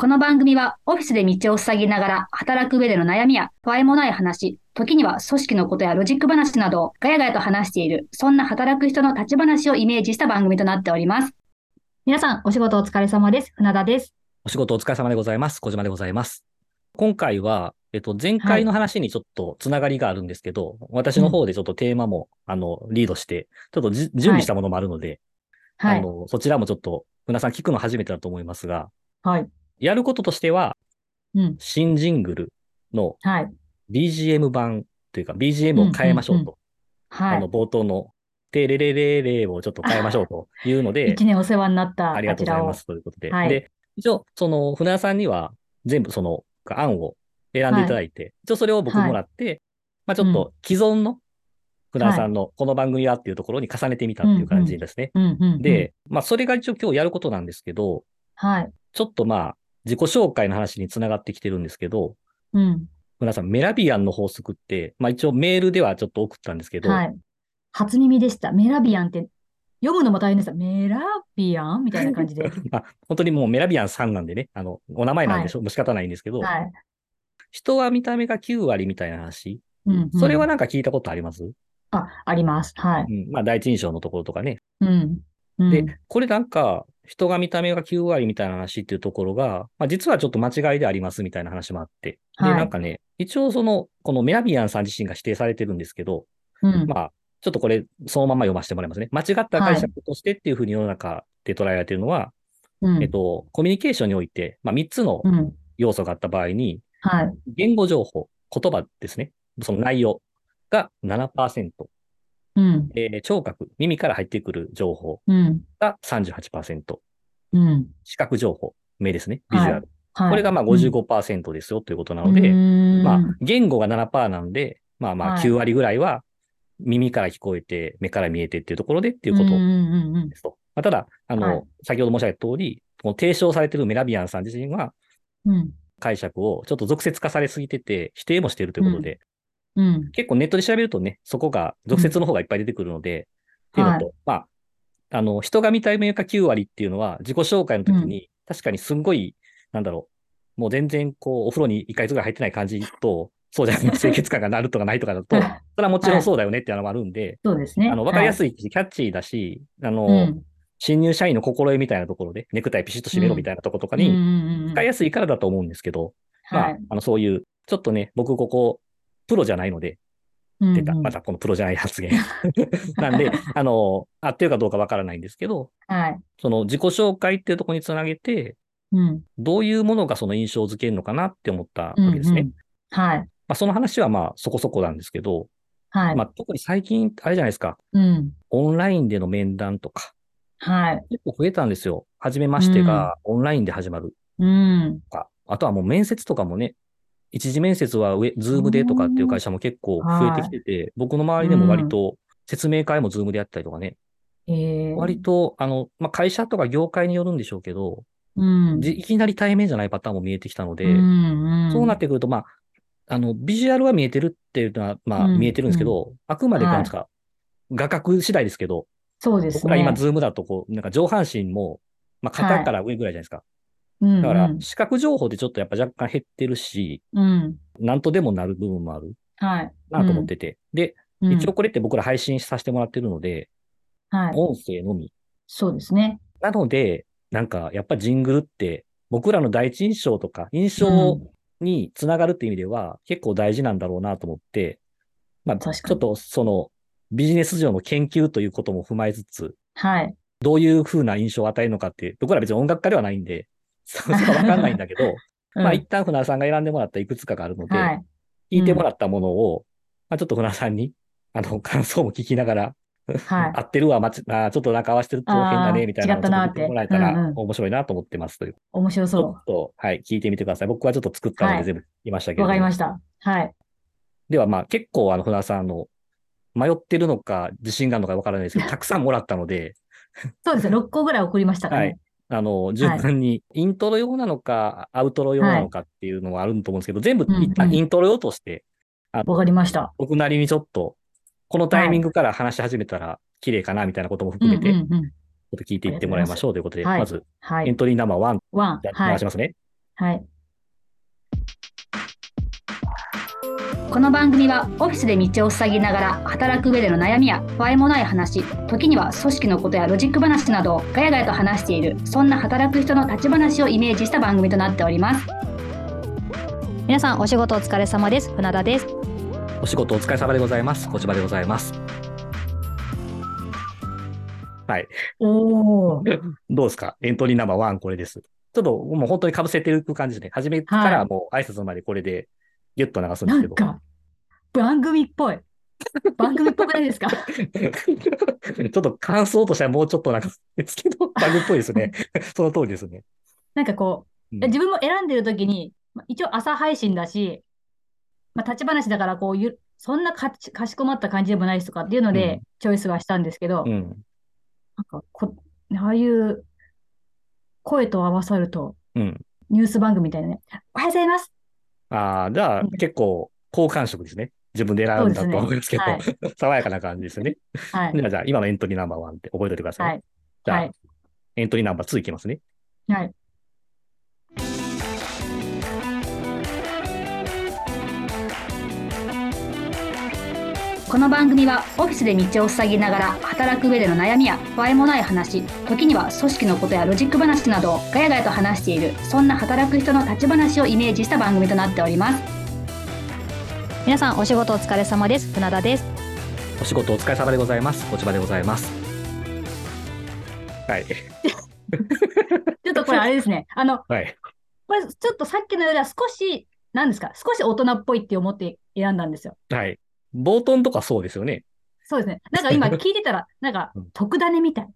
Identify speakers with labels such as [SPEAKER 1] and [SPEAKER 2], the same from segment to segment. [SPEAKER 1] この番組はオフィスで道を塞ぎながら働く上での悩みや不安もない話、時には組織のことやロジック話などをガヤガヤと話している、そんな働く人の立ち話をイメージした番組となっております。皆さん、お仕事お疲れ様です。船田です。
[SPEAKER 2] お仕事お疲れ様でございます。小島でございます。今回は、えっと、前回の話にちょっとつながりがあるんですけど、私の方でちょっとテーマも、あの、リードして、ちょっとじ準備したものもあるので、
[SPEAKER 1] は
[SPEAKER 2] あ
[SPEAKER 1] い。
[SPEAKER 2] の、そちらもちょっと、皆さん聞くの初めてだと思いますが、
[SPEAKER 1] はい。
[SPEAKER 2] やることとしては、
[SPEAKER 1] うん。
[SPEAKER 2] 新ジングルの
[SPEAKER 1] はい。
[SPEAKER 2] BGM 版というか、BGM を変えましょうと、
[SPEAKER 1] うんうんは
[SPEAKER 2] あの、冒頭の、テレレレレをちょっと変えましょうという の
[SPEAKER 1] い。
[SPEAKER 2] で
[SPEAKER 1] 一、年お世話になった。
[SPEAKER 2] ありがとうございま
[SPEAKER 1] こ
[SPEAKER 2] す。ということで。
[SPEAKER 1] はい
[SPEAKER 2] で、一応、その、船屋さんには、全部その、案を選んでいただいて、一応それを僕
[SPEAKER 1] はい
[SPEAKER 2] もらって、まあちょっと既存の船屋さんのこの番組はっていうところに重ねてみたっていう感じですね。
[SPEAKER 1] ちらを。うんうん、うん。、
[SPEAKER 2] で、まあそれが一応今日やることなんですけど、
[SPEAKER 1] はい。
[SPEAKER 2] ちょっとまあ、自己紹介の話につながってきてるんですけど、
[SPEAKER 1] うん。
[SPEAKER 2] 船屋さん、メラビアンの法則って、まあ一応メールではちょっと送ったんですけど、
[SPEAKER 1] はい。初耳でした。メラビアンって、読むのも大変でした。メラビアンみたいな感じ で。
[SPEAKER 2] まあ本当にもうメラビアンさんなんでね、あの、お名前なんでしょ、もう仕方ないんですけど、
[SPEAKER 1] はい。
[SPEAKER 2] 人は見た目が9割みたいな話。
[SPEAKER 1] うん、うん。
[SPEAKER 2] それはなんか聞いたことあります、
[SPEAKER 1] あ、あります。はい。
[SPEAKER 2] うんまあ、第一印象のところとかね。
[SPEAKER 1] うん。うん
[SPEAKER 2] で、これなんか、人が見た目が9割みたいな話っていうところが、まあ、実はちょっと間違いでありますみたいな話もあって。で、
[SPEAKER 1] はい
[SPEAKER 2] なんかね、一応その、このメラビアンさん自身が否定されてるんですけど、
[SPEAKER 1] うん、
[SPEAKER 2] まあ、ちょっとこれ、そのまま読ませてもらいますね。間違った解釈としてっていうふうに世の中で捉えられてるのは、
[SPEAKER 1] うん
[SPEAKER 2] えっと、コミュニケーションにおいて、まあ、3つの
[SPEAKER 1] うん。
[SPEAKER 2] 要素があった場合に、
[SPEAKER 1] はい。
[SPEAKER 2] 言語情報、言葉ですね。その内容が7%。
[SPEAKER 1] うん。
[SPEAKER 2] えー聴覚、耳から入ってくる情報
[SPEAKER 1] うん。
[SPEAKER 2] が38%、
[SPEAKER 1] うん。
[SPEAKER 2] 視覚情報、目ですね、ビジュアル。
[SPEAKER 1] ははい。
[SPEAKER 2] これがまあ
[SPEAKER 1] うん
[SPEAKER 2] 55%ですよということなので、
[SPEAKER 1] うーん
[SPEAKER 2] まあ、言語が7%なんで、まあまあ
[SPEAKER 1] はい
[SPEAKER 2] 9割ぐらいは耳から聞こえて、目から見えてっていうところでっていうこ
[SPEAKER 1] うん
[SPEAKER 2] と
[SPEAKER 1] う
[SPEAKER 2] で
[SPEAKER 1] んうん
[SPEAKER 2] すと。まあ、ただ、あの、
[SPEAKER 1] はい
[SPEAKER 2] 先ほど申し上げた通り、この提唱されているメラビアンさん自身は、
[SPEAKER 1] うん。
[SPEAKER 2] 解釈をちょっと俗説化されすぎてて、否定もしているということで、
[SPEAKER 1] うん。
[SPEAKER 2] 結構ネットで調べるとね、そこが、俗説の方がいっぱい出てくるので、っていうのと、まあ、あの、人が見た目が9割っていうのは、自己紹介の時に、確かにすんごい、なんだろう、もう全然、こう、お風呂に1ヶ月ぐらい入ってない感じと、そう じゃない、清潔感がなるとかないとかだと、それはもちろんそうだよねっていうのもあるんで、
[SPEAKER 1] そうですね。
[SPEAKER 2] あの、わかりや
[SPEAKER 1] い。
[SPEAKER 2] すいし、キャッチーだし、あの、
[SPEAKER 1] うん。
[SPEAKER 2] 新入社員の心得みたいなところで、ネクタイピシッと締めろみたいなとことか
[SPEAKER 1] うん
[SPEAKER 2] に、
[SPEAKER 1] うんうん
[SPEAKER 2] 使いやすいからだと思うんですけど、
[SPEAKER 1] は
[SPEAKER 2] まあ
[SPEAKER 1] い。、
[SPEAKER 2] あの、そういう、ちょっとね、僕ここ、プロじゃないので、出た。
[SPEAKER 1] うんうん
[SPEAKER 2] またこのプロじゃない 発言。なんで、あの、合ってるかどうかわからないんですけど、
[SPEAKER 1] はい。
[SPEAKER 2] その自己紹介っていうところにつなげて、
[SPEAKER 1] うん。
[SPEAKER 2] どういうものがその印象づけるのかなって思ったわけですね。
[SPEAKER 1] うんうん。はい。
[SPEAKER 2] まあ、その話はまあそこそこなんですけど、
[SPEAKER 1] はい。
[SPEAKER 2] まあ、特に最近、あれじゃないですか、
[SPEAKER 1] うん。
[SPEAKER 2] オンラインでの面談とか、
[SPEAKER 1] はい。
[SPEAKER 2] 結構増えたんですよ。初めましてがオンラインで始まる
[SPEAKER 1] うん。
[SPEAKER 2] とか、あとはもう面接とかもね、一次面接はウェズームでとかっていう会社も結構増えてきてて、僕の周りでも割と説明会もズームでやったりとかね、
[SPEAKER 1] えー
[SPEAKER 2] 割と、あの、まあ、会社とか業界によるんでしょうけど、
[SPEAKER 1] うん。
[SPEAKER 2] じいきなり対面じゃないパターンも見えてきたので、
[SPEAKER 1] うんうん
[SPEAKER 2] そうなってくると、まあ、あの、ビジュアルは見えてるっていうのは、まあ、
[SPEAKER 1] うん
[SPEAKER 2] 見えてるんですけど、あくまでなんですか、画角次第ですけど、
[SPEAKER 1] そうです
[SPEAKER 2] 僕ら
[SPEAKER 1] ね。
[SPEAKER 2] 今、ズームだと、こう、なんか上半身も、まあ、
[SPEAKER 1] は
[SPEAKER 2] 肩
[SPEAKER 1] い
[SPEAKER 2] から上ぐらいじゃないですか。
[SPEAKER 1] うん
[SPEAKER 2] だから
[SPEAKER 1] う、ん
[SPEAKER 2] 視覚情報ってちょっとやっぱ若干減ってるし、
[SPEAKER 1] うん。
[SPEAKER 2] なんとでもなる部分もある
[SPEAKER 1] はい。
[SPEAKER 2] なと思ってて。で、
[SPEAKER 1] うん。
[SPEAKER 2] 一応これって僕ら配信させてもらってるので、
[SPEAKER 1] うん、はい。
[SPEAKER 2] 音声のみ。
[SPEAKER 1] そうですね。
[SPEAKER 2] なので、なんかやっぱジングルって、僕らの第一印象とか、印象につながるって意味では、結構大事なんだろうなと思って、まあ、ちょ
[SPEAKER 1] 確かに
[SPEAKER 2] っとそのビジネス上の研究ということも踏まえつつ、
[SPEAKER 1] はい。
[SPEAKER 2] どういう風な印象を与えるのかって、僕ら別に音楽家ではないんで、そこはわかんないんだ けど、まあ一旦船田さんが選んでもらったいくつかがあるの
[SPEAKER 1] うん
[SPEAKER 2] で、
[SPEAKER 1] はい。
[SPEAKER 2] 聞いてもらったものを、まあちょっと船田さんに、あの、 感想も聞きながら、
[SPEAKER 1] はい。
[SPEAKER 2] 合ってるわ、まち、あーちょっとなんか合わせてると変だ
[SPEAKER 1] あー
[SPEAKER 2] ね、みたいな
[SPEAKER 1] 違
[SPEAKER 2] のを
[SPEAKER 1] っ
[SPEAKER 2] ち
[SPEAKER 1] た
[SPEAKER 2] ょっ
[SPEAKER 1] なー
[SPEAKER 2] と
[SPEAKER 1] っ
[SPEAKER 2] 見
[SPEAKER 1] て
[SPEAKER 2] てもらえたら
[SPEAKER 1] うんうん
[SPEAKER 2] 面白いなと思ってますという。
[SPEAKER 1] 面白
[SPEAKER 2] ちょ
[SPEAKER 1] そ
[SPEAKER 2] っと、はい、聞いてみてください。僕はちょっと作ったの
[SPEAKER 1] はい
[SPEAKER 2] で全部言いましたけ
[SPEAKER 1] う。
[SPEAKER 2] れど
[SPEAKER 1] わ
[SPEAKER 2] も。
[SPEAKER 1] かりました。はい。
[SPEAKER 2] では、まあ結構、あの、船田さん、あの、迷ってるのか、自信があるのかわからないですけど、たくさんもらったので、
[SPEAKER 1] そうですね。6個ぐらい送りましたか
[SPEAKER 2] は
[SPEAKER 1] ね
[SPEAKER 2] い。あの、順番に、イントロ用なのか、アウトロ用なのかっていうのはあると思うんですけど、全部
[SPEAKER 1] うんうん
[SPEAKER 2] 一旦イントロ用として、
[SPEAKER 1] わかりました。
[SPEAKER 2] 僕なりにちょっと、このタイミングから話し始めたら綺麗かな、みたいなことも
[SPEAKER 1] うん
[SPEAKER 2] 含
[SPEAKER 1] う
[SPEAKER 2] めて、ちょ
[SPEAKER 1] んうん。
[SPEAKER 2] っと聞いていってもらいましょうということで、
[SPEAKER 1] はい
[SPEAKER 2] まず、
[SPEAKER 1] は
[SPEAKER 2] エ
[SPEAKER 1] い
[SPEAKER 2] ン。トリーナンバー1、
[SPEAKER 1] ワン
[SPEAKER 2] じゃ。あ
[SPEAKER 1] は
[SPEAKER 2] 回
[SPEAKER 1] い
[SPEAKER 2] し。ますね。
[SPEAKER 1] はい。この番組はオフィスで道を塞ぎながら働く上での悩みや不安もない話時には組織のことやロジック話などをガヤガヤと話しているそんな働く人の立ち話をイメージした番組となっております皆さんお仕事お疲れ様です船田です
[SPEAKER 2] お仕事お疲れ様でございます。小芝でございます。
[SPEAKER 1] おお
[SPEAKER 2] どうですかエントリーナンバー1、これです。ちょっともう本当にかぶせていく感じで、初めからもう挨拶までこれでギュッと流すんですけど。
[SPEAKER 1] 番組っぽい番組っぽくない ですか
[SPEAKER 2] ちょっと感想としてはもうちょっとなんかですけ ど、バグっぽいですね。 その通りですね。
[SPEAKER 1] なんかこ
[SPEAKER 2] う
[SPEAKER 1] うん自分も選んでる時にまあ一応朝配信だし、まあ、立ち話だからこうゆそんなかちかしこまった感じでもないしとかっていうの
[SPEAKER 2] う
[SPEAKER 1] で
[SPEAKER 2] ん
[SPEAKER 1] チョイスはしたんですけど、
[SPEAKER 2] うん。
[SPEAKER 1] なんかこ、ああいう声と合わさると、
[SPEAKER 2] うん。
[SPEAKER 1] ニュース番組みたいなね。おはようございます。
[SPEAKER 2] ああ、じゃあ
[SPEAKER 1] うん
[SPEAKER 2] 結構好感触ですね。自分で選んだとは思いますけど、
[SPEAKER 1] はい。
[SPEAKER 2] 爽やかな感じ ですよね。
[SPEAKER 1] はい。
[SPEAKER 2] じゃあ、じゃあ今のエントリーナンバー1って覚えておいてください。
[SPEAKER 1] はい。
[SPEAKER 2] じゃあ、
[SPEAKER 1] はい
[SPEAKER 2] エントリーナンバー2いきますね。
[SPEAKER 1] はい。この番組はオフィスで道を塞ぎながら働く上での悩みや不安もない話時には組織のことやロジック話などをガヤガヤと話しているそんな働く人の立ち話をイメージした番組となっております皆さんお仕事お疲れ様です船田です
[SPEAKER 2] お仕事お疲れ様でございます。こちばでございます。はい。
[SPEAKER 1] ちょっとこれあれですねあの
[SPEAKER 2] はい。
[SPEAKER 1] これちょっとさっきのよりは少し何ですか少し大人っぽいって思って選んだんですよ
[SPEAKER 2] はい。冒頭のとかそうですよね。
[SPEAKER 1] そうですね。なんか今聞いてたら、なんか
[SPEAKER 2] うん、
[SPEAKER 1] 特ダネみたい。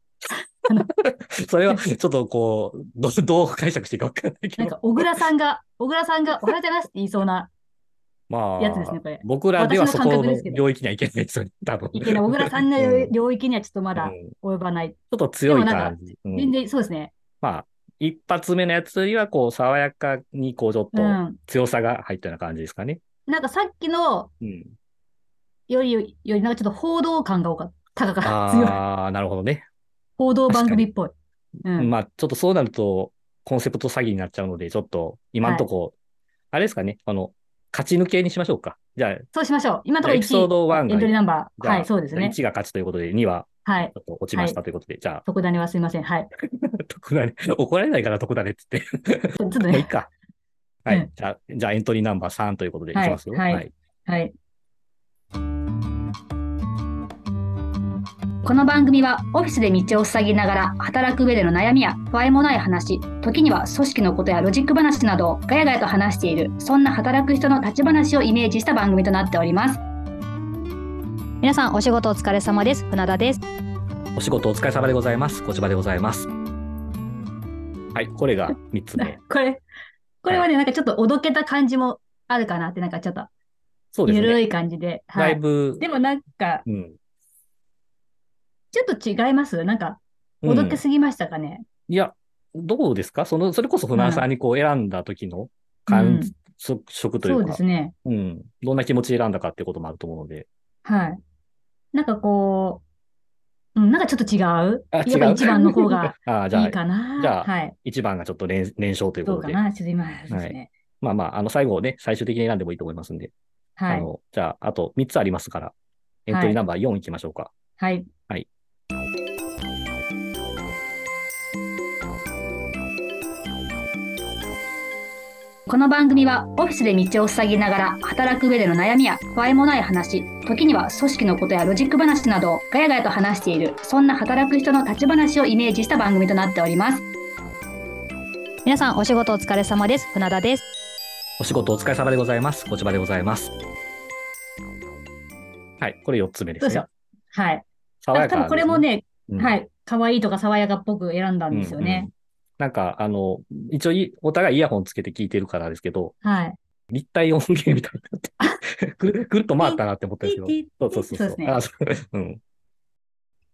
[SPEAKER 2] それは、ちょっとこう、ど どう解釈していいかわかんないけ
[SPEAKER 1] なん
[SPEAKER 2] ど。
[SPEAKER 1] か、小倉さんが、小倉さん が、おはようございますって言いそうな
[SPEAKER 2] まあ、
[SPEAKER 1] やつですね、これ。
[SPEAKER 2] 僕らでは
[SPEAKER 1] 私
[SPEAKER 2] そ
[SPEAKER 1] の感覚
[SPEAKER 2] この
[SPEAKER 1] ですけど
[SPEAKER 2] 領域にはいけないですよね、多分。
[SPEAKER 1] いけない小倉さんの
[SPEAKER 2] うん
[SPEAKER 1] 領域にはちょっとまだ
[SPEAKER 2] うんち
[SPEAKER 1] 及ばない。
[SPEAKER 2] ょっと強
[SPEAKER 1] で
[SPEAKER 2] い
[SPEAKER 1] もなん
[SPEAKER 2] 感
[SPEAKER 1] か
[SPEAKER 2] じ。うん
[SPEAKER 1] 全然、そうですね。
[SPEAKER 2] まあ、一発目のやつよりは、こう、爽やかに、こう、ちょっ
[SPEAKER 1] う
[SPEAKER 2] と
[SPEAKER 1] ん。
[SPEAKER 2] 強さが入ったような感じですかね。
[SPEAKER 1] なんかさっきの
[SPEAKER 2] うん。
[SPEAKER 1] より、より、なんかちょっと報道感が多かった。高かった。強い。
[SPEAKER 2] ああ、なるほどね。
[SPEAKER 1] 報道番組っぽい。うん。
[SPEAKER 2] まあ、ちょっとそうなると、コンセプト詐欺になっちゃうので、ちょっと、今んとこ、あれですかね、あの、勝ち抜けにしましょうか。じゃあ、
[SPEAKER 1] そうしましょう。今のところ
[SPEAKER 2] エピソード1
[SPEAKER 1] 1、
[SPEAKER 2] が
[SPEAKER 1] エントリーナンバー。
[SPEAKER 2] じゃあ
[SPEAKER 1] はい、そうですね。
[SPEAKER 2] 1が勝ちということで、2は
[SPEAKER 1] はい。
[SPEAKER 2] ちょっと落ちましたということで、じ ゃ
[SPEAKER 1] 特ダネはすいません。はい。
[SPEAKER 2] あ、徳田ね、怒られないから徳田ねって 言って、
[SPEAKER 1] ちょっと
[SPEAKER 2] もういい
[SPEAKER 1] ね。
[SPEAKER 2] か。はい、
[SPEAKER 1] うん
[SPEAKER 2] じゃあ、じゃあエントリーナンバー3ということでいき
[SPEAKER 1] はい
[SPEAKER 2] ますよ。
[SPEAKER 1] はい
[SPEAKER 2] はい。
[SPEAKER 1] はい。この番組はオフィスで道を塞ぎながら働く上での悩みや不安もない話時には組織のことやロジック話などをガヤガヤと話しているそんな働く人の立ち話をイメージした番組となっております皆さんお仕事お疲れ様です船田 です
[SPEAKER 2] お仕事お疲れ様でございます。こちらでございます。はい、これが3つ 目。
[SPEAKER 1] これこれはね、なんかちょっとおどけた感じもあるかなってなんかちょっと
[SPEAKER 2] そうです
[SPEAKER 1] ゆ
[SPEAKER 2] ね。
[SPEAKER 1] るい感じで、は
[SPEAKER 2] だ
[SPEAKER 1] い、
[SPEAKER 2] いぶ、
[SPEAKER 1] でもなんか
[SPEAKER 2] うん。
[SPEAKER 1] ちょっと違いますなんか
[SPEAKER 2] う
[SPEAKER 1] お
[SPEAKER 2] ん
[SPEAKER 1] どけすぎましたかね、
[SPEAKER 2] いや、どうですかその、それこそ船田さんにこう選んだ時
[SPEAKER 1] う
[SPEAKER 2] の
[SPEAKER 1] ん
[SPEAKER 2] 感触とい
[SPEAKER 1] そう
[SPEAKER 2] う
[SPEAKER 1] で
[SPEAKER 2] か、
[SPEAKER 1] すね
[SPEAKER 2] うん。どんな気持ちで選んだかってこともあると思うので。
[SPEAKER 1] はい。なんかこう、うん、なんかちょっと違う。
[SPEAKER 2] あ、
[SPEAKER 1] やっぱ
[SPEAKER 2] 違う
[SPEAKER 1] 一番の方が
[SPEAKER 2] あーじゃ
[SPEAKER 1] い
[SPEAKER 2] あ
[SPEAKER 1] い、かな。
[SPEAKER 2] じゃあ
[SPEAKER 1] はい。
[SPEAKER 2] 1番がちょっと連連勝というこ
[SPEAKER 1] どう
[SPEAKER 2] と
[SPEAKER 1] か
[SPEAKER 2] で。
[SPEAKER 1] な。ちょっと今ですね。
[SPEAKER 2] まあまあ、あの、最後ね、最終的に選んでもいいと思いますんで。
[SPEAKER 1] は
[SPEAKER 2] あ
[SPEAKER 1] い。
[SPEAKER 2] の、じゃあ、あと3つありますから、エントリーナンバー4いきましょうか。
[SPEAKER 1] はい。この番組はオフィスで道を塞ぎながら働く上での悩みや不安もない話時には組織のことやロジック話などをガヤガヤと話しているそんな働く人の立ち話をイメージした番組となっております皆さんお仕事お疲れ様です船田です
[SPEAKER 2] お仕事お疲れ様でございます。こちらでございます。はい、これ4つ目で
[SPEAKER 1] どう
[SPEAKER 2] す
[SPEAKER 1] でしょ
[SPEAKER 2] ね
[SPEAKER 1] う。はい
[SPEAKER 2] 爽や
[SPEAKER 1] 多
[SPEAKER 2] か
[SPEAKER 1] 分これもね、
[SPEAKER 2] ですね、うん
[SPEAKER 1] はい可愛いとか爽やかっぽく選んだんですよ
[SPEAKER 2] うんう
[SPEAKER 1] ね
[SPEAKER 2] ん、なんか、あの、一応い、お互いイヤホンつけて聞いてるからですけど、
[SPEAKER 1] はい
[SPEAKER 2] 立体音源みたいになって、 ぐるぐるっと回ったなって思ったんですけど、そうそうそう。
[SPEAKER 1] そうですね
[SPEAKER 2] あそううん、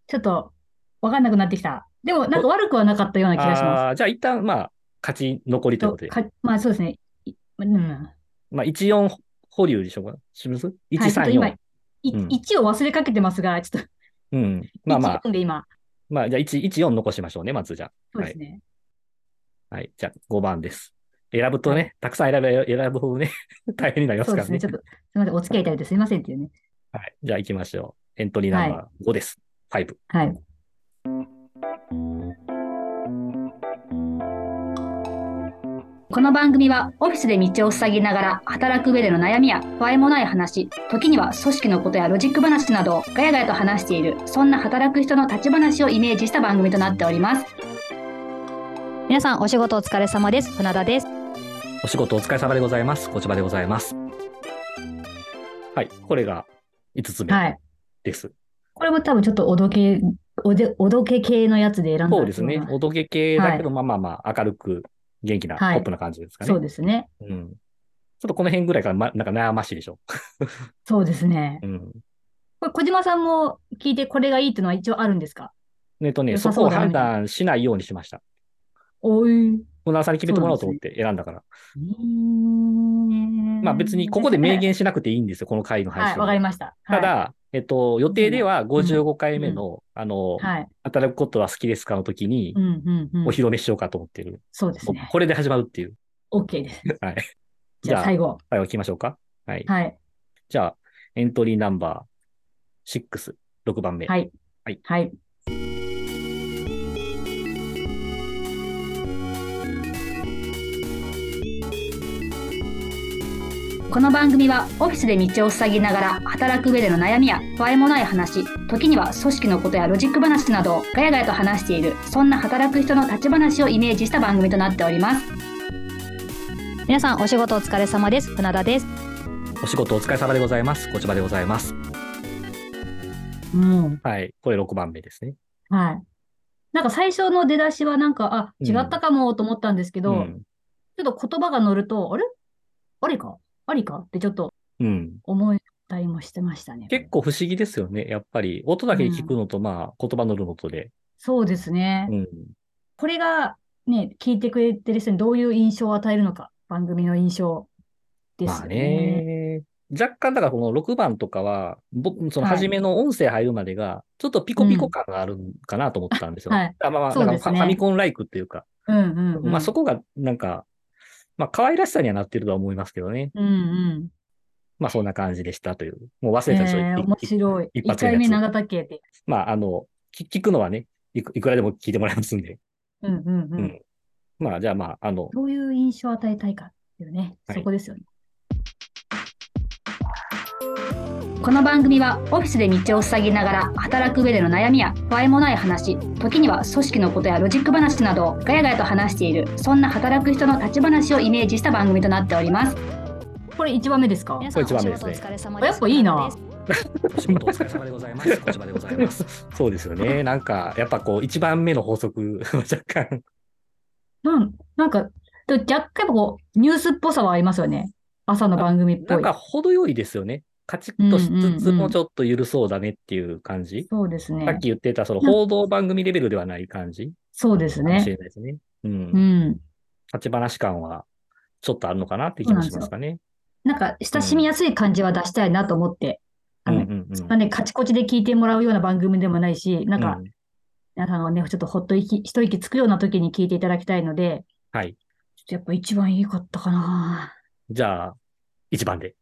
[SPEAKER 1] ちょっと分かんなくなってきた。でも、なんか悪くはなかったような気がします。
[SPEAKER 2] あーじゃあ、一旦、まあ、勝ち残りという
[SPEAKER 1] と
[SPEAKER 2] ことで、
[SPEAKER 1] かまあそうですね。いうん。
[SPEAKER 2] まあ、14保留でしょうか。します
[SPEAKER 1] はい、ちょっと
[SPEAKER 2] ?134、
[SPEAKER 1] 今、い
[SPEAKER 2] うん
[SPEAKER 1] 1を忘れかけてますが、ちょっと、
[SPEAKER 2] うん。まあまあ、
[SPEAKER 1] 1で今、
[SPEAKER 2] まあ、じゃあ、1、14残しましょうね、まずじゃあ。
[SPEAKER 1] そうですね。
[SPEAKER 2] はい。じゃあ、5番です。選ぶとね、たくさん選べ選ぶほどね、 大変になります
[SPEAKER 1] そう
[SPEAKER 2] か
[SPEAKER 1] で
[SPEAKER 2] ら
[SPEAKER 1] すね。
[SPEAKER 2] ね
[SPEAKER 1] ちょ。っと、すみません。お付き合いいただいてすみませんっていうね。
[SPEAKER 2] はい。じゃあ行きましょう。エントリーナンバー5です。5。
[SPEAKER 1] はい。この番組はオフィスで道を塞ぎながら働く上での悩みや不安もない話、時には組織のことやロジック話などをガヤガヤと話している、そんな働く人の立ち話をイメージした番組となっております。皆さんお仕事お疲れ様です。船田です。
[SPEAKER 2] お仕事お疲れ様でございます。こちらでございます。はい。これが5つ目
[SPEAKER 1] はい。
[SPEAKER 2] です。
[SPEAKER 1] これも多分ちょっとおどけ、おで、おどけ系のやつで選んだ
[SPEAKER 2] そうですね
[SPEAKER 1] よ。な
[SPEAKER 2] おどけ系だけど、まあまあまあ、明るく、元気な、ポ
[SPEAKER 1] はい
[SPEAKER 2] ップな感じですかね。
[SPEAKER 1] そうですね。
[SPEAKER 2] うん。ちょっとこの辺ぐらいから、ま、なんか悩ましいでしょ。
[SPEAKER 1] そうですね。
[SPEAKER 2] うん。
[SPEAKER 1] これ、小島さんも聞いてこれがいいっていうのは一応あるんですか
[SPEAKER 2] えっとね、
[SPEAKER 1] 良
[SPEAKER 2] そ
[SPEAKER 1] さ
[SPEAKER 2] こ
[SPEAKER 1] そ
[SPEAKER 2] を
[SPEAKER 1] うだな
[SPEAKER 2] 判断しないようにしました。
[SPEAKER 1] おいう
[SPEAKER 2] 小沢さんに決めてもらおうと思って選んだから。
[SPEAKER 1] ーん。
[SPEAKER 2] まあ別にここで明言しなくていいんですよ、この回の配
[SPEAKER 1] はい、
[SPEAKER 2] 信。
[SPEAKER 1] わかりました。
[SPEAKER 2] ただ、
[SPEAKER 1] は
[SPEAKER 2] えっと、予定では55回目の、あの、
[SPEAKER 1] い、はい。
[SPEAKER 2] 働くことは好きですかの時に
[SPEAKER 1] う、んうんうん。
[SPEAKER 2] お披露目しようかと思ってる。
[SPEAKER 1] そうです
[SPEAKER 2] もう
[SPEAKER 1] ね。
[SPEAKER 2] これで始まるっていう。
[SPEAKER 1] OK です。
[SPEAKER 2] はい。
[SPEAKER 1] じゃあ
[SPEAKER 2] じゃあ
[SPEAKER 1] 最後。
[SPEAKER 2] はい、行きましょうか。はい。
[SPEAKER 1] はい。
[SPEAKER 2] じゃあ、エントリーナンバー6、6番目。
[SPEAKER 1] はい
[SPEAKER 2] はい
[SPEAKER 1] はい。この番組はオフィスで道を塞ぎながら働く上での悩みや不安もない話時には組織のことやロジック話などをガヤガヤと話しているそんな働く人の立ち話をイメージした番組となっております皆さんお仕事お疲れ様です船田です
[SPEAKER 2] お仕事お疲れ様でございます。こちらでございます。
[SPEAKER 1] うん
[SPEAKER 2] はい。これ6番目ですね。
[SPEAKER 1] はいなんか最初の出だしはなんかあ
[SPEAKER 2] うん
[SPEAKER 1] 違ったかもと思ったんですけど、
[SPEAKER 2] うん。
[SPEAKER 1] ちょっと言葉が乗るとあれありかありかってちょっと
[SPEAKER 2] うん。
[SPEAKER 1] 思ったりもしてましたね
[SPEAKER 2] 結構不思議ですよね。やっぱり、音だけ聞くのと、まあ、言葉乗るのとで。
[SPEAKER 1] そうですね
[SPEAKER 2] うん。
[SPEAKER 1] これがね、聞いてくれてる人にどういう印象を与えるのか、番組の印象です
[SPEAKER 2] まあ
[SPEAKER 1] よね。
[SPEAKER 2] ね。若干、だからこの6番とかは、僕、その
[SPEAKER 1] はい
[SPEAKER 2] 初めの音声入るまでが、ちょっとピコピコ感があるんかなと思ったんですよ。
[SPEAKER 1] うんはい
[SPEAKER 2] あまあまあ、
[SPEAKER 1] そう
[SPEAKER 2] なん
[SPEAKER 1] で
[SPEAKER 2] かフ
[SPEAKER 1] す
[SPEAKER 2] ァ
[SPEAKER 1] ね
[SPEAKER 2] ファミコンライクっていうか、
[SPEAKER 1] うんうんうん。
[SPEAKER 2] まあそこがなんか、まあ可愛らしさにはなってるとは思いますけどね。
[SPEAKER 1] うんうん。
[SPEAKER 2] まあそんな感じでしたという。もう忘れたでしょ。
[SPEAKER 1] えー
[SPEAKER 2] い
[SPEAKER 1] 面白い。
[SPEAKER 2] 一
[SPEAKER 1] 一
[SPEAKER 2] 発
[SPEAKER 1] 回
[SPEAKER 2] 目のや
[SPEAKER 1] 目
[SPEAKER 2] つ
[SPEAKER 1] 長竹で。
[SPEAKER 2] まああの、き聞くのはねいく、いくらでも聞いてもらいますんで。
[SPEAKER 1] うんうんう。
[SPEAKER 2] うんんまあじゃあまあ、あの、
[SPEAKER 1] どういう印象を与えたいかっていうね、
[SPEAKER 2] はい
[SPEAKER 1] そこですよね。この番組はオフィスで道を塞ぎながら働く上での悩みや不安もない話時には組織のことやロジック話などをガヤガヤと話しているそんな働く人の立ち話をイメージした番組となっておりますこれ1番目ですか
[SPEAKER 2] これ一番目ですね。
[SPEAKER 1] やっぱいいな
[SPEAKER 3] お仕事お疲れ様でございます。こちらでございます。
[SPEAKER 2] そうですよね。なんか、やっぱこう、一番目の法則、若干。
[SPEAKER 1] うんなんかでも若干こうニュースっぽさはありますよね朝の番組っぽ
[SPEAKER 2] なん
[SPEAKER 1] い
[SPEAKER 2] か程よいですよね。カチッとしつつ
[SPEAKER 1] うんうんう
[SPEAKER 2] も
[SPEAKER 1] ん
[SPEAKER 2] ちょっと緩そうだねっていう感じ。
[SPEAKER 1] そうです
[SPEAKER 2] さっ
[SPEAKER 1] ね
[SPEAKER 2] き言ってた、その報道番組レベルではない感じ
[SPEAKER 1] そうです
[SPEAKER 2] かもしれ
[SPEAKER 1] ね
[SPEAKER 2] ないですね。うん。
[SPEAKER 1] うん
[SPEAKER 2] 立ち話感はちょっとあるのかなって気もしますかね。
[SPEAKER 1] なんか親しみやすい感じは出したいなと思って、
[SPEAKER 2] う
[SPEAKER 1] あ
[SPEAKER 2] ん
[SPEAKER 1] の
[SPEAKER 2] うんうん。
[SPEAKER 1] まあね、カチコチで聞いてもらうような番組でもないし、なんか
[SPEAKER 2] う、
[SPEAKER 1] 皆さんがね、ちょっとほっと息、一息つくような時に聞いていただきたいので、
[SPEAKER 2] は
[SPEAKER 1] ち
[SPEAKER 2] い。
[SPEAKER 1] ょっとやっぱ一番いいかったかな。
[SPEAKER 2] じゃあ、一番で。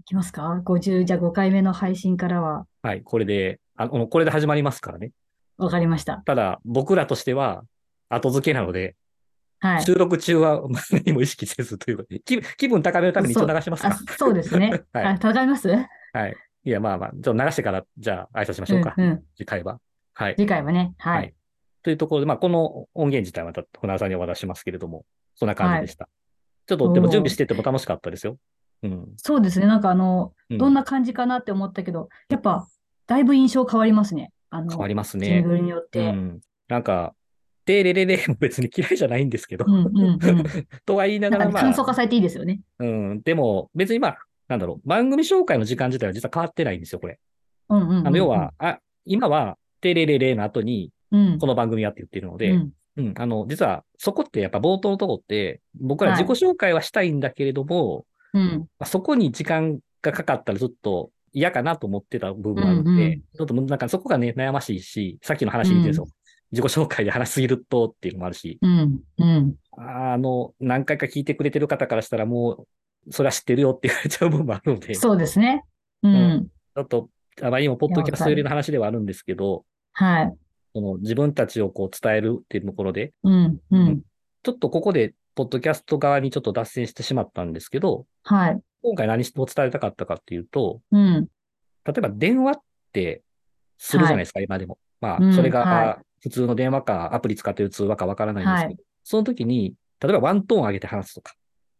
[SPEAKER 1] いきますか ?50、じゃあ5回目の配信からは、
[SPEAKER 2] はい。これで、あの、これで始まりますからね。
[SPEAKER 1] わかりました。
[SPEAKER 2] ただ、僕らとしては、後付けなので、
[SPEAKER 1] はい。
[SPEAKER 2] 収録中は何も意識せずというか、 気気分高めるために一応流します
[SPEAKER 1] あ
[SPEAKER 2] か。
[SPEAKER 1] そうですね。
[SPEAKER 2] はい
[SPEAKER 1] あ戦います
[SPEAKER 2] はい。いや、まあまあ、ちょっと流してから、じゃあ挨拶しましょうか。
[SPEAKER 1] うんうん。
[SPEAKER 2] 次回は。はい。
[SPEAKER 1] 次回はね、は
[SPEAKER 2] はいい。というところで、まあ、この音源自体はまた船田さんにお渡ししますけれども、そんな感じでした。ちょっと、でも
[SPEAKER 1] おー
[SPEAKER 2] 準備してても楽しかったですよ。うん。
[SPEAKER 1] そうですね。なんかあの、
[SPEAKER 2] うん
[SPEAKER 1] どんな感じかなって思ったけど、やっぱ、だいぶ印象変わりますね。あの、
[SPEAKER 2] 変わります
[SPEAKER 1] ジン
[SPEAKER 2] ね
[SPEAKER 1] グ。ルによっ
[SPEAKER 2] う
[SPEAKER 1] て。
[SPEAKER 2] ん。なんか、でれれれも別に嫌いじゃないんですけど、
[SPEAKER 1] うんうん うん。
[SPEAKER 2] とは言いな
[SPEAKER 1] な
[SPEAKER 2] が、
[SPEAKER 1] んからね簡
[SPEAKER 2] ま
[SPEAKER 1] 素化
[SPEAKER 2] あ、
[SPEAKER 1] されていいですよね。
[SPEAKER 2] うん。でも、別にまあ、なんだろう、番組紹介の時間自体は実は変わってないんですよ、これ。
[SPEAKER 1] うんうんうんうん。
[SPEAKER 2] あの、要は、あ、今は、でれれれの後に、
[SPEAKER 1] うん、
[SPEAKER 2] この番組やって言ってるので、
[SPEAKER 1] うん
[SPEAKER 2] うん、あの、実は、そこってやっぱ冒頭のとこって、僕ら自己紹介はしたいんだけれども、
[SPEAKER 1] うん
[SPEAKER 2] まあ、そこに時間がかかったらちょっと嫌かなと思ってた部分があるんで、
[SPEAKER 1] うんうん
[SPEAKER 2] ちょっとなんかそこがね、悩ましいし、さっきの話に似てるんですよ。自己紹介で話しすぎるとっていうのもあるし、
[SPEAKER 1] うん、うん。
[SPEAKER 2] あの、何回か聞いてくれてる方からしたらもう、それは知ってるよって言われちゃう部分もあるので、ち
[SPEAKER 1] そうですね。うん。
[SPEAKER 2] うんょっと、あまりにもポッドキャスト寄りの話ではあるんですけど、
[SPEAKER 1] はい。
[SPEAKER 2] その自分たちをこう伝えるっていうところで、
[SPEAKER 1] うん、うん。
[SPEAKER 2] ちょっとここで、ポッドキャスト側にちょっと脱線してしまったんですけど、
[SPEAKER 1] はい。
[SPEAKER 2] 今回何を伝えたかったかっていうと、
[SPEAKER 1] うん、
[SPEAKER 2] 例えば電話ってするじゃないですか、今でも。ま
[SPEAKER 1] うん
[SPEAKER 2] あ、それが
[SPEAKER 1] は
[SPEAKER 2] 普通の電話か、アプリ使ってる通話かわからないんですけど、
[SPEAKER 1] は
[SPEAKER 2] その時に、例えばワントーン上げて話すとか、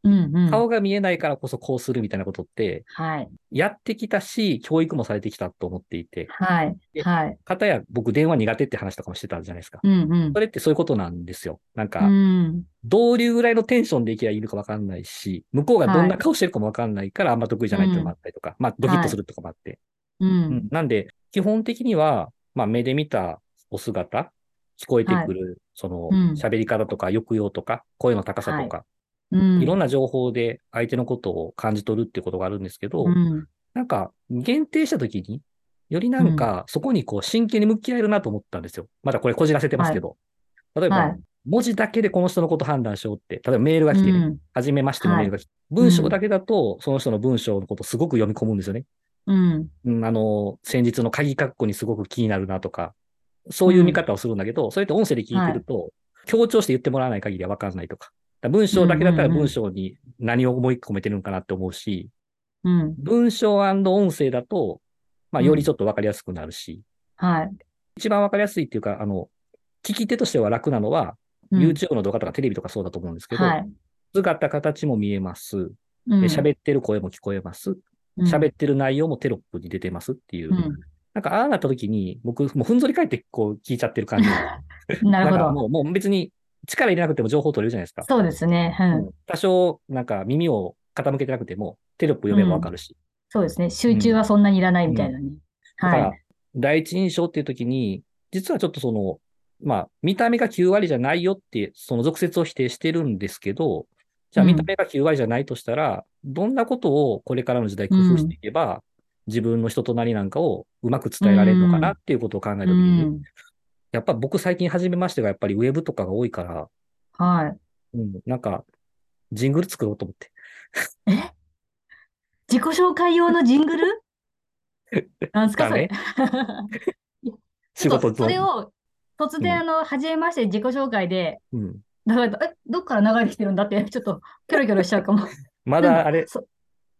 [SPEAKER 1] うん、うん。
[SPEAKER 2] 顔が見えないからこそこうするみたいなことって、
[SPEAKER 1] はい、
[SPEAKER 2] やってきたし、教育もされてきたと思っていて、
[SPEAKER 1] はい、
[SPEAKER 2] で
[SPEAKER 1] はい。
[SPEAKER 2] かたや僕電話苦手って話とかもしてたじゃないですか。
[SPEAKER 1] うん、うん
[SPEAKER 2] そ。れってそういうことなんですよ。なん
[SPEAKER 1] う
[SPEAKER 2] か、
[SPEAKER 1] ん、
[SPEAKER 2] どういうぐらいのテンションでいけばいいのかわかんないし、向こうがどんな顔してるかもわかんないからあんま得意じゃないっていうのもあったりとか、まあドキッとするとかもあって、
[SPEAKER 1] うん、
[SPEAKER 2] なんで、基本的には、まあ、目で見たお姿、聞こえてくる、その
[SPEAKER 1] うん、
[SPEAKER 2] 喋、り方とか、抑揚とか、声の高さとか、
[SPEAKER 1] うん。
[SPEAKER 2] い、ろんな情報で相手のことを感じ取るっていうことがあるんですけど、
[SPEAKER 1] うん、
[SPEAKER 2] なんか、限定したときに、よりなんか、そこにこう、真剣に向き合えるなと思ったんですよ。まだこれこじらせてますけど。例えば、
[SPEAKER 1] はい
[SPEAKER 2] 文字だけでこの人のこと判断しようって、例えばメールが来てね、
[SPEAKER 1] うん
[SPEAKER 2] はじめましてのメールが来て、文章だけだと、その人の文章のことすごく読み込むんですよね。
[SPEAKER 1] うん、
[SPEAKER 2] うん、あの、先日の鍵括弧にすごく気になるなとか、そういう見方をするんだけど、それって音声で聞いてると、強調して言ってもらわない限りは分かんないとか。だから文章だけだったら
[SPEAKER 1] うんうんうん
[SPEAKER 2] 文章に何を思い込めてるのかなって思うし、
[SPEAKER 1] うん、
[SPEAKER 2] 文章音声だと、まあ、よりちょっと分かりやすくなるし、
[SPEAKER 1] はい。
[SPEAKER 2] 一番分かりやすいっていうか、あの、聞き手としては楽なのは、
[SPEAKER 1] うん
[SPEAKER 2] YouTube の動画とかテレビとかそうだと思うんですけど、
[SPEAKER 1] はい。
[SPEAKER 2] 姿形も見えます、
[SPEAKER 1] うん
[SPEAKER 2] で喋ってる声も聞こえます、喋ってる内容もテロップに出てますっていう、なんか、ああなった時に、僕、もうふんぞり返って、こう、聞いちゃってる感じ。
[SPEAKER 1] うん なる
[SPEAKER 2] だから
[SPEAKER 1] ほど。
[SPEAKER 2] もう、もう別に、力入れなくても情報取れるじゃないですか。
[SPEAKER 1] そうですね。うん。
[SPEAKER 2] 多少、なんか、耳を傾けてなくても、テロップ読めばわかるし。
[SPEAKER 1] そうですね。集中はそんなにいらないみたいなね。
[SPEAKER 2] だから、
[SPEAKER 1] は
[SPEAKER 2] 第一印象っていう時に、実はちょっとその、まあ、見た目が9割じゃないよって、その俗説を否定してるんですけど、じゃ
[SPEAKER 1] う
[SPEAKER 2] あ
[SPEAKER 1] ん
[SPEAKER 2] 見た目が9割じゃないとしたら、どんなことをこれからの時代工夫していけば、自分の人となりなんかをうまく伝えられるのかなっていうことを考えた
[SPEAKER 1] い。
[SPEAKER 2] と
[SPEAKER 1] う
[SPEAKER 2] きに、
[SPEAKER 1] ん。
[SPEAKER 2] やっぱ僕最近始めましてが、やっぱりウェブとかが多いから、
[SPEAKER 1] はい。
[SPEAKER 2] うん、なんか、ジングル作ろうと思って。
[SPEAKER 1] 自己紹介用のジング ルなんすか、
[SPEAKER 2] だ
[SPEAKER 1] それ
[SPEAKER 2] ね。
[SPEAKER 1] ち
[SPEAKER 2] 仕
[SPEAKER 1] ょ
[SPEAKER 2] 事
[SPEAKER 1] っ とそれを、突然、あの、初めまして自己紹介で、
[SPEAKER 2] うん。
[SPEAKER 1] 流れたえ、どっから流れてきてるんだって、ち ょっと、キョロキョロしちゃうかも。
[SPEAKER 2] ま
[SPEAKER 1] でも
[SPEAKER 2] だ、あれ、
[SPEAKER 1] そ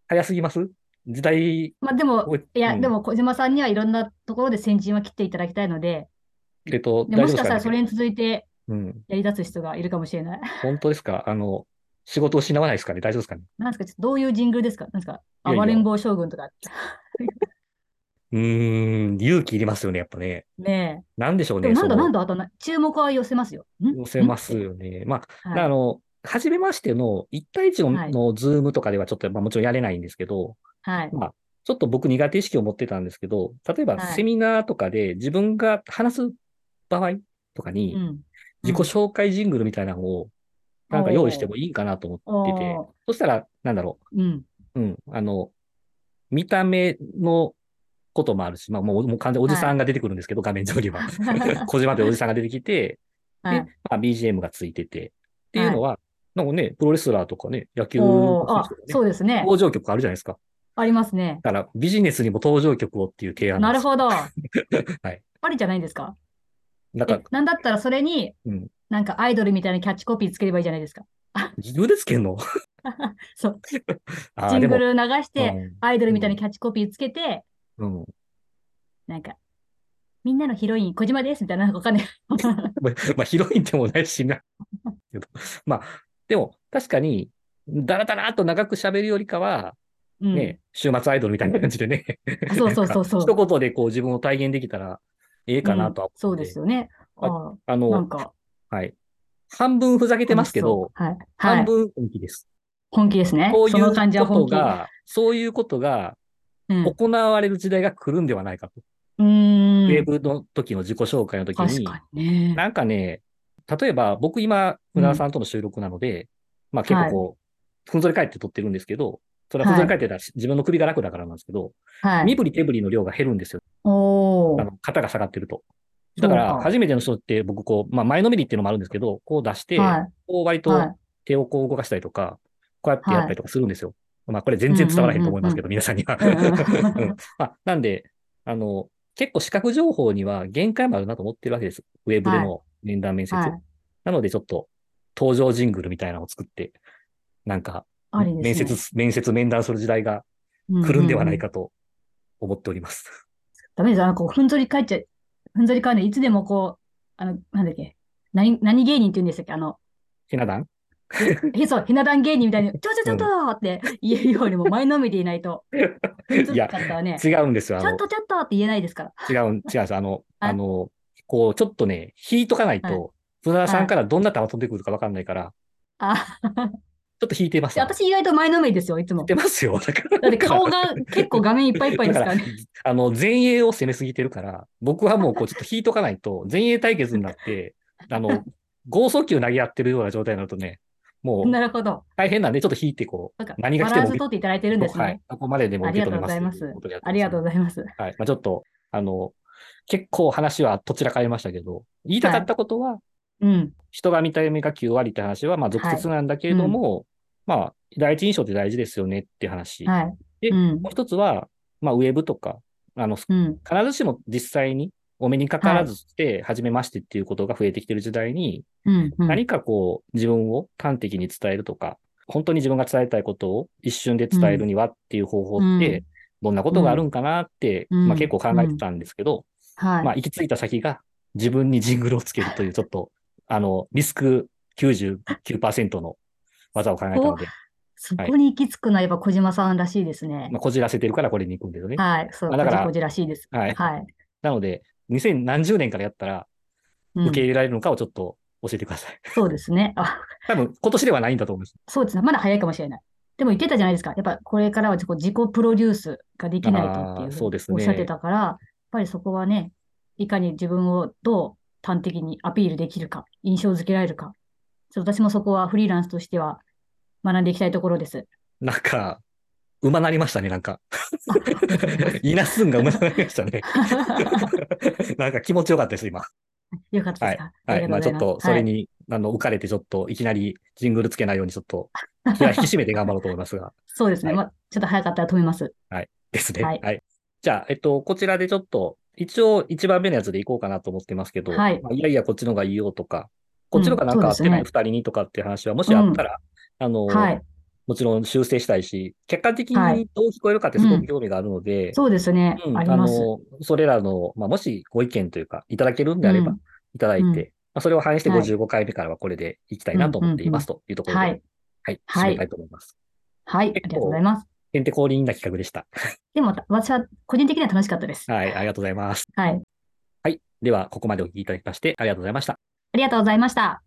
[SPEAKER 2] 早すぎます時代、
[SPEAKER 1] まあ、でも、
[SPEAKER 2] おい
[SPEAKER 1] いや、
[SPEAKER 2] うん
[SPEAKER 1] でも、小島さんにはいろんなところで先陣は切っていただきたいので、
[SPEAKER 2] えっと、
[SPEAKER 1] でも
[SPEAKER 2] 大
[SPEAKER 1] し
[SPEAKER 2] 丈夫です
[SPEAKER 1] かしたらそ
[SPEAKER 2] か
[SPEAKER 1] れ
[SPEAKER 2] ね
[SPEAKER 1] に続いて
[SPEAKER 2] うん。
[SPEAKER 1] やり出す人がいるかもしれない。
[SPEAKER 2] 本当ですかあの、仕事を失わないですかね大丈夫ですかね
[SPEAKER 1] なんですか、ちょっとどういうジングルですかなんですか、
[SPEAKER 2] いやいや
[SPEAKER 1] 暴れん坊将軍とか。
[SPEAKER 2] うーん、勇気いりますよね、やっぱね。
[SPEAKER 1] ね
[SPEAKER 2] なんでしょう
[SPEAKER 1] え。で
[SPEAKER 2] ね。
[SPEAKER 1] もなんだ
[SPEAKER 2] その
[SPEAKER 1] なんだあとな、注目は寄せますよ。ん
[SPEAKER 2] 寄せますよね。まあ、
[SPEAKER 1] はい
[SPEAKER 2] あの、初めましての一対一
[SPEAKER 1] はい
[SPEAKER 2] のズームとかではちょっと、まあもちろんやれないんですけど、
[SPEAKER 1] はい。
[SPEAKER 2] ちょっと僕苦手意識を持ってたんですけど、例えば
[SPEAKER 1] はい
[SPEAKER 2] セミナーとかで自分が話す場合とか
[SPEAKER 1] う
[SPEAKER 2] に、
[SPEAKER 1] ん。
[SPEAKER 2] 自己紹介ジングルみたいなのをなんか用意してもいいかなと思ってて、
[SPEAKER 1] お
[SPEAKER 2] そしたら、なんだろ
[SPEAKER 1] ー うん。
[SPEAKER 2] う、うん、あの、見た目のこともあるし、まあもうもう完全におじさんが出てくるんですけど、画面上 には。小島というおじさんが出てきて、
[SPEAKER 1] は
[SPEAKER 2] で
[SPEAKER 1] い。
[SPEAKER 2] まあ、BGM がついてて、っていうのは、なんかね、プロレスラーとかね、野球
[SPEAKER 1] お
[SPEAKER 2] の
[SPEAKER 1] ーあ
[SPEAKER 2] 選、手と
[SPEAKER 1] そ
[SPEAKER 2] かね
[SPEAKER 1] うですね。
[SPEAKER 2] 登場曲あるじゃないですか。
[SPEAKER 1] ありますね。
[SPEAKER 2] だからビジネスにも登場曲をっていう提案
[SPEAKER 1] なる
[SPEAKER 2] ど。
[SPEAKER 1] ほど。
[SPEAKER 2] はい。
[SPEAKER 1] ありじゃないんですか
[SPEAKER 2] なん
[SPEAKER 1] え
[SPEAKER 2] か、
[SPEAKER 1] なんだったらそれに
[SPEAKER 2] うん、
[SPEAKER 1] なんかアイドルみたいなキャッチコピーつければいいじゃないですか。
[SPEAKER 2] 自分でつけんの
[SPEAKER 1] そう。
[SPEAKER 2] あ
[SPEAKER 1] ジ
[SPEAKER 2] ー
[SPEAKER 1] ン
[SPEAKER 2] でも
[SPEAKER 1] グル流して、アイドルみたいなキャッチコピーつけて、
[SPEAKER 2] うん。うん
[SPEAKER 1] なんか、みんなのヒロイン、小島ですみたいな、なんかわかんない。
[SPEAKER 2] まあ、まあ、ヒロインでもないしな。けどまあ、でも、確かに、だらだらっと長く喋るよりかは、
[SPEAKER 1] うん
[SPEAKER 2] ね、週末アイドルみたいな感じでね、
[SPEAKER 1] あそうそうそう そう。
[SPEAKER 2] 一言でこう自分を体現できたらええかなとは
[SPEAKER 1] そ
[SPEAKER 2] 思
[SPEAKER 1] う
[SPEAKER 2] って
[SPEAKER 1] ですよね。あー
[SPEAKER 2] あ
[SPEAKER 1] なん
[SPEAKER 2] の、
[SPEAKER 1] か、
[SPEAKER 2] はい。半分ふざけてますけど、
[SPEAKER 1] そう。はい。は
[SPEAKER 2] 半
[SPEAKER 1] い。
[SPEAKER 2] 分本気です。
[SPEAKER 1] 本気ですね。
[SPEAKER 2] そうい
[SPEAKER 1] その感じは
[SPEAKER 2] うこ
[SPEAKER 1] 本
[SPEAKER 2] と
[SPEAKER 1] 気。
[SPEAKER 2] が、そういうことが
[SPEAKER 1] うん。う
[SPEAKER 2] 行われる時代が来るんではないかと。ウ
[SPEAKER 1] ー
[SPEAKER 2] ェ
[SPEAKER 1] ん。
[SPEAKER 2] ブの時の自己紹介の時
[SPEAKER 1] 確
[SPEAKER 2] に、
[SPEAKER 1] かにね。
[SPEAKER 2] なんかね、例えば僕今、船田さんとの収録なので、まあ結構こう、ふんぞり返って撮ってるんですけど、それはふんぞり返ってたらし自分の首が楽だからなんですけど、
[SPEAKER 1] はい。
[SPEAKER 2] 身振り手振りの量が減るんですよ。
[SPEAKER 1] お
[SPEAKER 2] あ
[SPEAKER 1] ー。
[SPEAKER 2] の肩が下がってると。だから
[SPEAKER 1] そうか
[SPEAKER 2] 初めての人って僕こう、まあ前のめりっていうのもあるんですけど、こう出して、
[SPEAKER 1] は
[SPEAKER 2] こう割
[SPEAKER 1] い。はい
[SPEAKER 2] と。手をこう動かしたりとか、こうやってやったりとかするんですよ。まあこれ全然伝わらへんと思いますけど、皆さんには。
[SPEAKER 1] うんうん
[SPEAKER 2] うんまあなんで、あの、結構視覚情報には限界もあるなと思ってるわけです。ウェブでの面談面接。
[SPEAKER 1] はい
[SPEAKER 2] なのでちょっと登場ジングルみたいなのを作って、なんか、
[SPEAKER 1] ありですね
[SPEAKER 2] 面接、面接面談する時代が来るんではない。かと思っております。
[SPEAKER 1] ダメです。あの、こう、ふんぞり返っちゃう、ふんぞり返るんで、いつでもこう、あの、なんだっけ、何、何芸人って言うんでしたっけあの、
[SPEAKER 2] ひな壇
[SPEAKER 1] へそう、ひな壇芸人みたいに、ちょちょちょっとって言えるようにも前のめりでいないと、ふんぞ
[SPEAKER 2] い
[SPEAKER 1] り
[SPEAKER 2] や、
[SPEAKER 1] 返ったらね、ち
[SPEAKER 2] 違うんですよ。あ
[SPEAKER 1] ょ
[SPEAKER 2] の
[SPEAKER 1] っ、とちょっとって言えないですから。
[SPEAKER 2] 違うん、違うんです。あの、
[SPEAKER 1] はい
[SPEAKER 2] あの、こう、ちょっとね、引いとかない
[SPEAKER 1] はい
[SPEAKER 2] と、津田さんからどんな球飛んでくるかわかんないから、
[SPEAKER 1] あ、
[SPEAKER 2] ちょっと引いてます。
[SPEAKER 1] 私意外と前のめりですよ、いつ
[SPEAKER 2] 引
[SPEAKER 1] も
[SPEAKER 2] い。てますよ。だから。
[SPEAKER 1] だって顔が結構画面いっぱいいっぱいですから
[SPEAKER 2] だ
[SPEAKER 1] ね。
[SPEAKER 2] あの、前衛を攻めすぎてるから、僕はもうこう、ちょっと引いとかないと、前衛対決になって、あの、剛速球投げ合ってるような状態になるとね、も う
[SPEAKER 1] なるほど。
[SPEAKER 2] 大変なんで、ちょっと引いてこ
[SPEAKER 1] なんか
[SPEAKER 2] う、何が
[SPEAKER 1] バ
[SPEAKER 2] 来て
[SPEAKER 1] ランス
[SPEAKER 2] も受
[SPEAKER 1] 取っ
[SPEAKER 2] け
[SPEAKER 1] ていただいてるんですね。
[SPEAKER 2] はい。どこまででも受け止めま
[SPEAKER 1] ありがとうご
[SPEAKER 2] す。
[SPEAKER 1] ざいます
[SPEAKER 2] ということでやって
[SPEAKER 1] ありがとうございます。
[SPEAKER 2] はい。まあ、ちょっと、あの、結構話はとちらかりましたけど、言いたかったことは、
[SPEAKER 1] うん。
[SPEAKER 2] 人が見た目が9割って話は、まあ、俗説なんだけれども、まあ、第一印象って大事ですよねっていう話。
[SPEAKER 1] は
[SPEAKER 2] で
[SPEAKER 1] い。うん
[SPEAKER 2] も。う一つは、まあ、ウェブとか、あの、必
[SPEAKER 1] うん。
[SPEAKER 2] ずしも実際に、お目にかからずして、初めましてっていうことが増えてきてる時代に、
[SPEAKER 1] うん。うん
[SPEAKER 2] 何かこう、自分を端的に伝えるとか、本当に自分が伝えたいことを一瞬で伝えるにはっていう方法っ
[SPEAKER 1] う
[SPEAKER 2] て、どんなことがあるんかなって、
[SPEAKER 1] うん
[SPEAKER 2] まあ結構考えてたんですけど、
[SPEAKER 1] はい。
[SPEAKER 2] まあ行き着いた先が自分にジングルをつけるという、ちょっと、あの、リスク99%の技を考えたので、
[SPEAKER 1] そこに行き着くのはやっぱ小島さんらしいですね
[SPEAKER 2] まあ。こじらせてるからこれに行くんですよね。
[SPEAKER 1] はい。そう、
[SPEAKER 2] まあだから
[SPEAKER 1] こじこじらしいです。
[SPEAKER 2] はい
[SPEAKER 1] はい。
[SPEAKER 2] なので、2000何十年からやったら
[SPEAKER 1] うん
[SPEAKER 2] 受け入れられるのかをちょっと教えてください。
[SPEAKER 1] そうですね。あ、
[SPEAKER 2] 多分今年ではないんだと思います。
[SPEAKER 1] そうですね。まだ早いかもしれない。でも言ってたじゃないですか。やっぱこれからは自己自己プロデュースができないとってい
[SPEAKER 2] あー
[SPEAKER 1] うふ
[SPEAKER 2] そうです
[SPEAKER 1] に
[SPEAKER 2] ね
[SPEAKER 1] おっしゃってたから、やっぱりそこはね、いかに自分をどう端的にアピールできるか、印象付けられるか。ちょっと私もそこはフリーランスとしては学んでいきたいところです。
[SPEAKER 2] なんか、馬なりましたね、なんか。 イナスンが馬なりました ね。なんか気持ちよかったです、今。
[SPEAKER 1] よかったですか。
[SPEAKER 2] は
[SPEAKER 1] あ
[SPEAKER 2] い。
[SPEAKER 1] りが
[SPEAKER 2] まあ
[SPEAKER 1] と
[SPEAKER 2] ち
[SPEAKER 1] う
[SPEAKER 2] ょっ
[SPEAKER 1] ございま
[SPEAKER 2] と、
[SPEAKER 1] す。
[SPEAKER 2] そ
[SPEAKER 1] は
[SPEAKER 2] れ
[SPEAKER 1] い
[SPEAKER 2] に、あの、浮かれて、ちょっと、いきなりジングルつけないように、ちょっ と、気は引き締めて頑張ろうと思いますが、
[SPEAKER 1] そうですね。
[SPEAKER 2] はい
[SPEAKER 1] まあ、ちょっと早かったら止めます。
[SPEAKER 2] ですね。は
[SPEAKER 1] はいい。
[SPEAKER 2] じゃあ、えっと、こちらでちょっと、一応、一番目のやつでいこうかなと思ってますけど、
[SPEAKER 1] はい
[SPEAKER 2] まあいやいや、こっちのがいいよとか、こっちのがなん
[SPEAKER 1] う
[SPEAKER 2] か合
[SPEAKER 1] ん
[SPEAKER 2] っ
[SPEAKER 1] そ
[SPEAKER 2] て
[SPEAKER 1] うです
[SPEAKER 2] な
[SPEAKER 1] ね
[SPEAKER 2] い二人にとかっていう話は、もしあったら、あの、
[SPEAKER 1] はい。
[SPEAKER 2] もちろん修正したいし、客観的
[SPEAKER 1] は
[SPEAKER 2] にどう聞こえるかってすごく興味があるので、
[SPEAKER 1] そうですね。
[SPEAKER 2] うん
[SPEAKER 1] あります。
[SPEAKER 2] の、それらの、まあ、もしご意見というか、いただけるんであれば
[SPEAKER 1] うん、
[SPEAKER 2] いただいて、
[SPEAKER 1] うん
[SPEAKER 2] まあ、それを反映して
[SPEAKER 1] はい
[SPEAKER 2] 55回目からはこれでいきたいなと思っていますというところで、
[SPEAKER 1] はい。
[SPEAKER 2] はい、
[SPEAKER 1] は
[SPEAKER 2] 締
[SPEAKER 1] い
[SPEAKER 2] めたいと思います。
[SPEAKER 1] はい。あ
[SPEAKER 2] 結構
[SPEAKER 1] りがとうございます。
[SPEAKER 2] てんてこりんな企画でした。
[SPEAKER 1] でも、私は個人的には楽しかったです。
[SPEAKER 2] はい、ありがとうございます。
[SPEAKER 1] はい。
[SPEAKER 2] はい、では、ここまでお聞きいただきまして、ありがとうございました。
[SPEAKER 1] ありがとうございました。